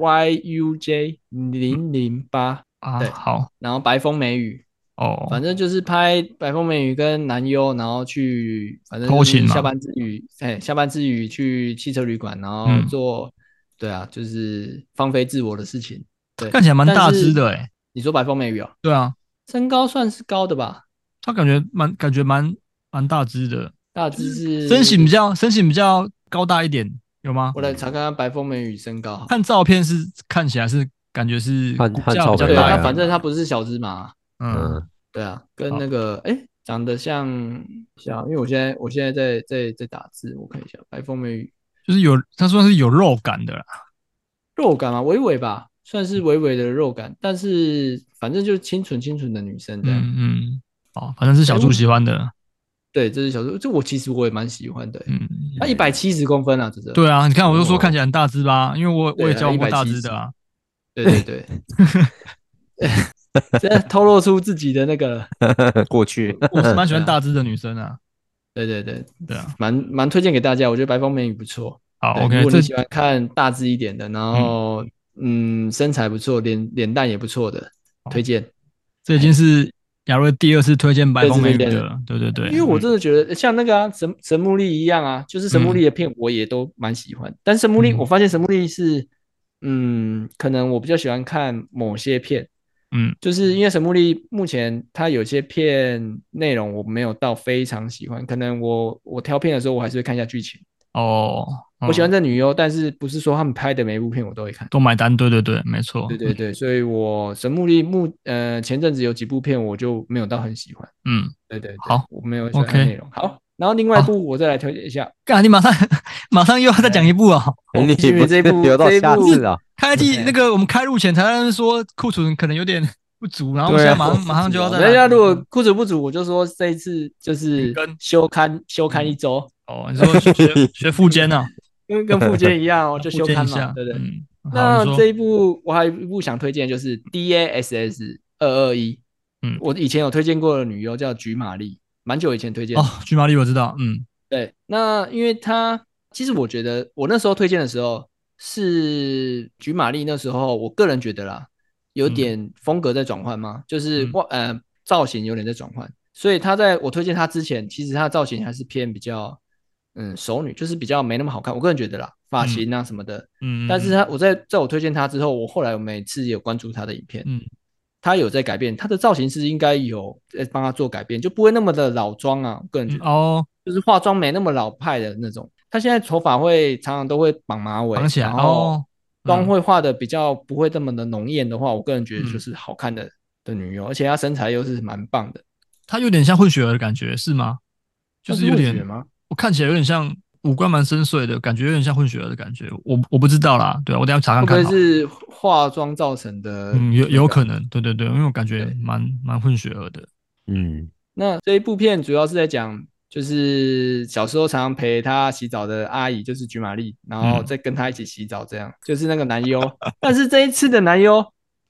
YUJ 零零八，
啊
对，
好
然后白风美雨，
哦，
反正就是拍白风美雨跟男优，然后去反正
偷情嘛
下班之余，哎，下班之余去汽车旅馆，然后
嗯
做，对啊，就是放飞自我的事情。对，
看起来蛮
但
大
是
只的哎，
你说白风美雨哦，
对啊，
身高算是高的吧？
他感觉蛮感觉蛮蛮大只的，
大致是
身形比较身形比较高大一点，有吗？
我来查看看白风美雨身高好。
看照片是看起来是感觉是
看
骨
看
架
照
比较
片
对
大
来
一
啊，
点，
那反正他不是小芝麻，
嗯
嗯，
对啊，跟
好
那个哎、长得像像，因为我现在我现在在在在打字，我看一下白风美雨
就是有他算是有肉感的啦，
肉感嘛，微微吧，算
嗯
是微微的肉感，但是反正就是清纯清纯的女生这样。
嗯嗯，哦，反正是小猪喜欢的，
对，这是小猪，这我其实我也蛮喜欢的、欸。
嗯，
他一百七十公分啊，这是。
对啊，你看我就说
哦
看起来很大只吧，因为我
对啊
我也教过大只的啊，
对对对。 *laughs* 这透露出自己的那个了，
嗯 *laughs* 过去
我是蛮喜欢大只的女生啊，
对对 *laughs* 对，
对啊，
蛮蛮推荐给大家。我觉得白风美雨不错，
好
对
，OK，
如果你
这
喜欢看大只一点的，然后嗯身材不错，脸脸蛋也不错的，推荐。
这已经是亚瑞第二次推荐白
对
风
这
美女
是第二次
的了，对对对，
因为我真的觉得像那个啊神神木力一样啊，就是神木力的片我也都蛮喜欢，但神木力
嗯
我发现神木力是嗯，可能我比较喜欢看某些片，
嗯，
就是因为神木力目前它有些片内容我没有到非常喜欢，可能我我挑片的时候我还是会看一下剧情。
哦，嗯
我喜欢这女优，但是不是说他们拍的每一部片我都会看。
都买单，对对对，没错，
对对对，所以我神木力目呃前阵子有几部片我就没有到很喜欢，
嗯，
*laughs* 对对对
好，
我没有喜欢它
OK
内容。好，然后另外一部我再来推荐一下，
干，你马上 *laughs* 马上又要再讲一部哦。
你
因为
不
这
是 *laughs*
一部
留到
这一
下
部
次啊？
开季
OK
那个我们开录前才在那边说库存可能有点不足，然后我
对
们
啊
现在马上马
*laughs*
上就要再来。嗯
大家如果库存不足，我就说这一次就是
停更
休刊休刊一周，
哦，你说学学副监啊，
*laughs* 跟跟富坚一 *laughs* 样哦， *laughs* 就休
副监
刊
一
嘛
下，，
对不对？
嗯，好
那
你
这
说
一部我还有一部想推荐就是 D A S S 二二一，
嗯
我以前有推荐过的女优叫菊玛丽，蛮久以前推荐的
哦，巨马力我知道，嗯
对，那因为他其实我觉得我那时候推荐的时候是菊玛丽，那时候我个人觉得啦，有
嗯
点风格在转换嘛，就是
嗯
外呃造型有点在转换，所以他在我推荐他之前，其实他的造型还是偏比较嗯熟女，就是比较没那么好看，我个人觉得啦，发
嗯
型啊什么的。
嗯，
但是他我在在我推荐他之后，我后来我每次也有关注他的影片，
嗯
他有在改变，他的造型师应该有在帮他做改变，就不会那么的老妆啊，我个人觉
嗯
得。
哦，
就是化妆没那么老派的那种。他现在头发会常常都会绑马尾，
绑起来
然后
哦，
妆
嗯
会画的比较不会这么的浓艳的话，我个人觉得就是好看的、的女优，而且她身材又是蛮棒的，
他有点像混血儿的感觉是吗？就是有
她是混血
点，
吗？
我看起来有点像五官蛮深邃的感觉，有点像混血儿的感觉，我我不知道啦，对啊我等一下查
会
看
不
看好
会
了。嗯
是化妆造成的？
嗯，有有可能，对对对，因为我感觉
对
蛮蛮混血儿的。
嗯，
那这一部片主要是在讲，就是小时候常常陪他洗澡的阿姨，就是菊玛丽，然后
嗯
再跟他一起洗澡，这样、就是那个男优。 *laughs* 但是这一次的男优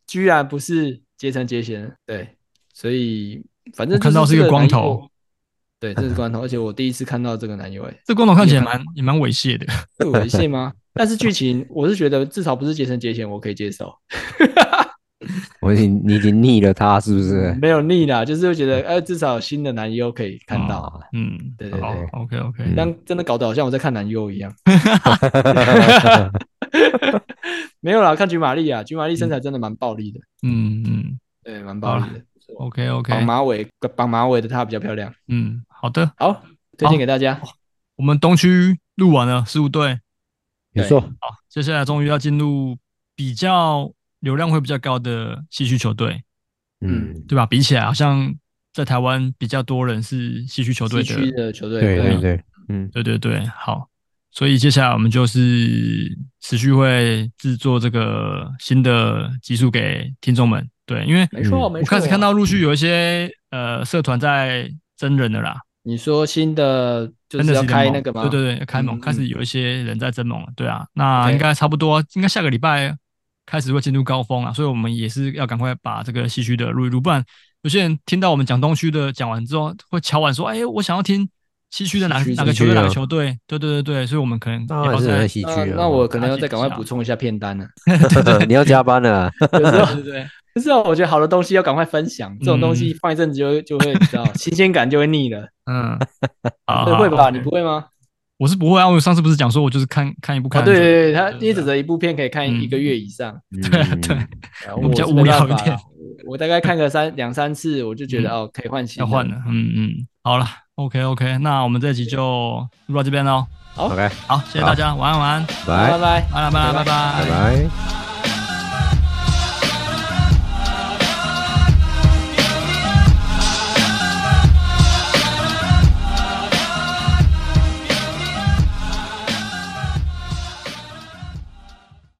居然不是杰成杰贤，对，所以反正
我看到
就是
是一个
这
光
男优
头，
对，这是光头，而且我第一次看到这个男优、欸，
这光头看起来蛮也蛮猥亵
*laughs*
的，
是猥亵吗？但是剧情我是觉得至少不是杰成杰贤，我可以接受，
我已经你已经腻了他是不是？
没有腻啦，就是会觉得，呃，至少有新的男优可以看到。
啊
嗯，
对对
好
对
，OK OK，
嗯
但真的搞得好像我在看男优
*laughs*
一样。没有啦，看菊玛丽啊，菊玛丽身材真的蛮暴力的，
嗯嗯
对，蛮暴力的。
，OK
绑
OK，
马尾，绑马尾的她比较漂亮。
嗯，好哦的，
好，推荐给大家。
我们东区录完了十五队，
没错，
好，接下来终于要进入比较流量会比较高的西区球队，
嗯，
对吧？比起来好像在台湾比较多人是西区球队
西
的，
区的球队，啊
对对对，嗯，
对对对，好，所以接下来我们就是持续会制作这个新的集数给听众们，对，因为
没错
嗯
没
我
错。啊
开始看到陆续有一些呃社团在真人的啦，
你说新的就
真
是
的
要
是
开那个吗？
对对对，要开
嗯
盟
嗯
开始有一些人在真盟了，对啊，那
OK
应该差不多，应该下个礼拜开始会进入高峰啊，所以我们也是要赶快把这个西区的录一录，不然有些人听到我们讲东区的讲完之后会敲碗说，哎，我想要听西区的哪
西区
哪个
西
球队
区啊
哪个球队，对对对对，所以我们可能
当
也
然
要
是很
在
西
那
区了。
啊那我可能要
了解
再赶快
一下
补充一下片单了。
啊 *laughs* 你要加班
*laughs*
了，
有时候
对对对，
就是啊我觉得好的东西要赶快分享，
嗯
这种东西放一阵子就会就会，你
*laughs*
知道，新鲜感就会腻了。 *laughs*
嗯，好
会吧？你不
会？
会吗？
我是不会啊，我上次不是讲说我就是看看一部
啊，
看，
对对对，他因为指
对
着一部片可以看一个月以上，
嗯
对，
啊
我比较
是没
无聊
办
一
法
点
啦我我大概看个三两三次，我就觉
嗯
得哦，可以换新
要换了，嗯嗯，好了，OK OK，那我们这集就录到这边喽，
，OK，
好，谢谢大家，晚安晚安，
拜
拜
拜
拜。
拜了拜了拜拜
拜。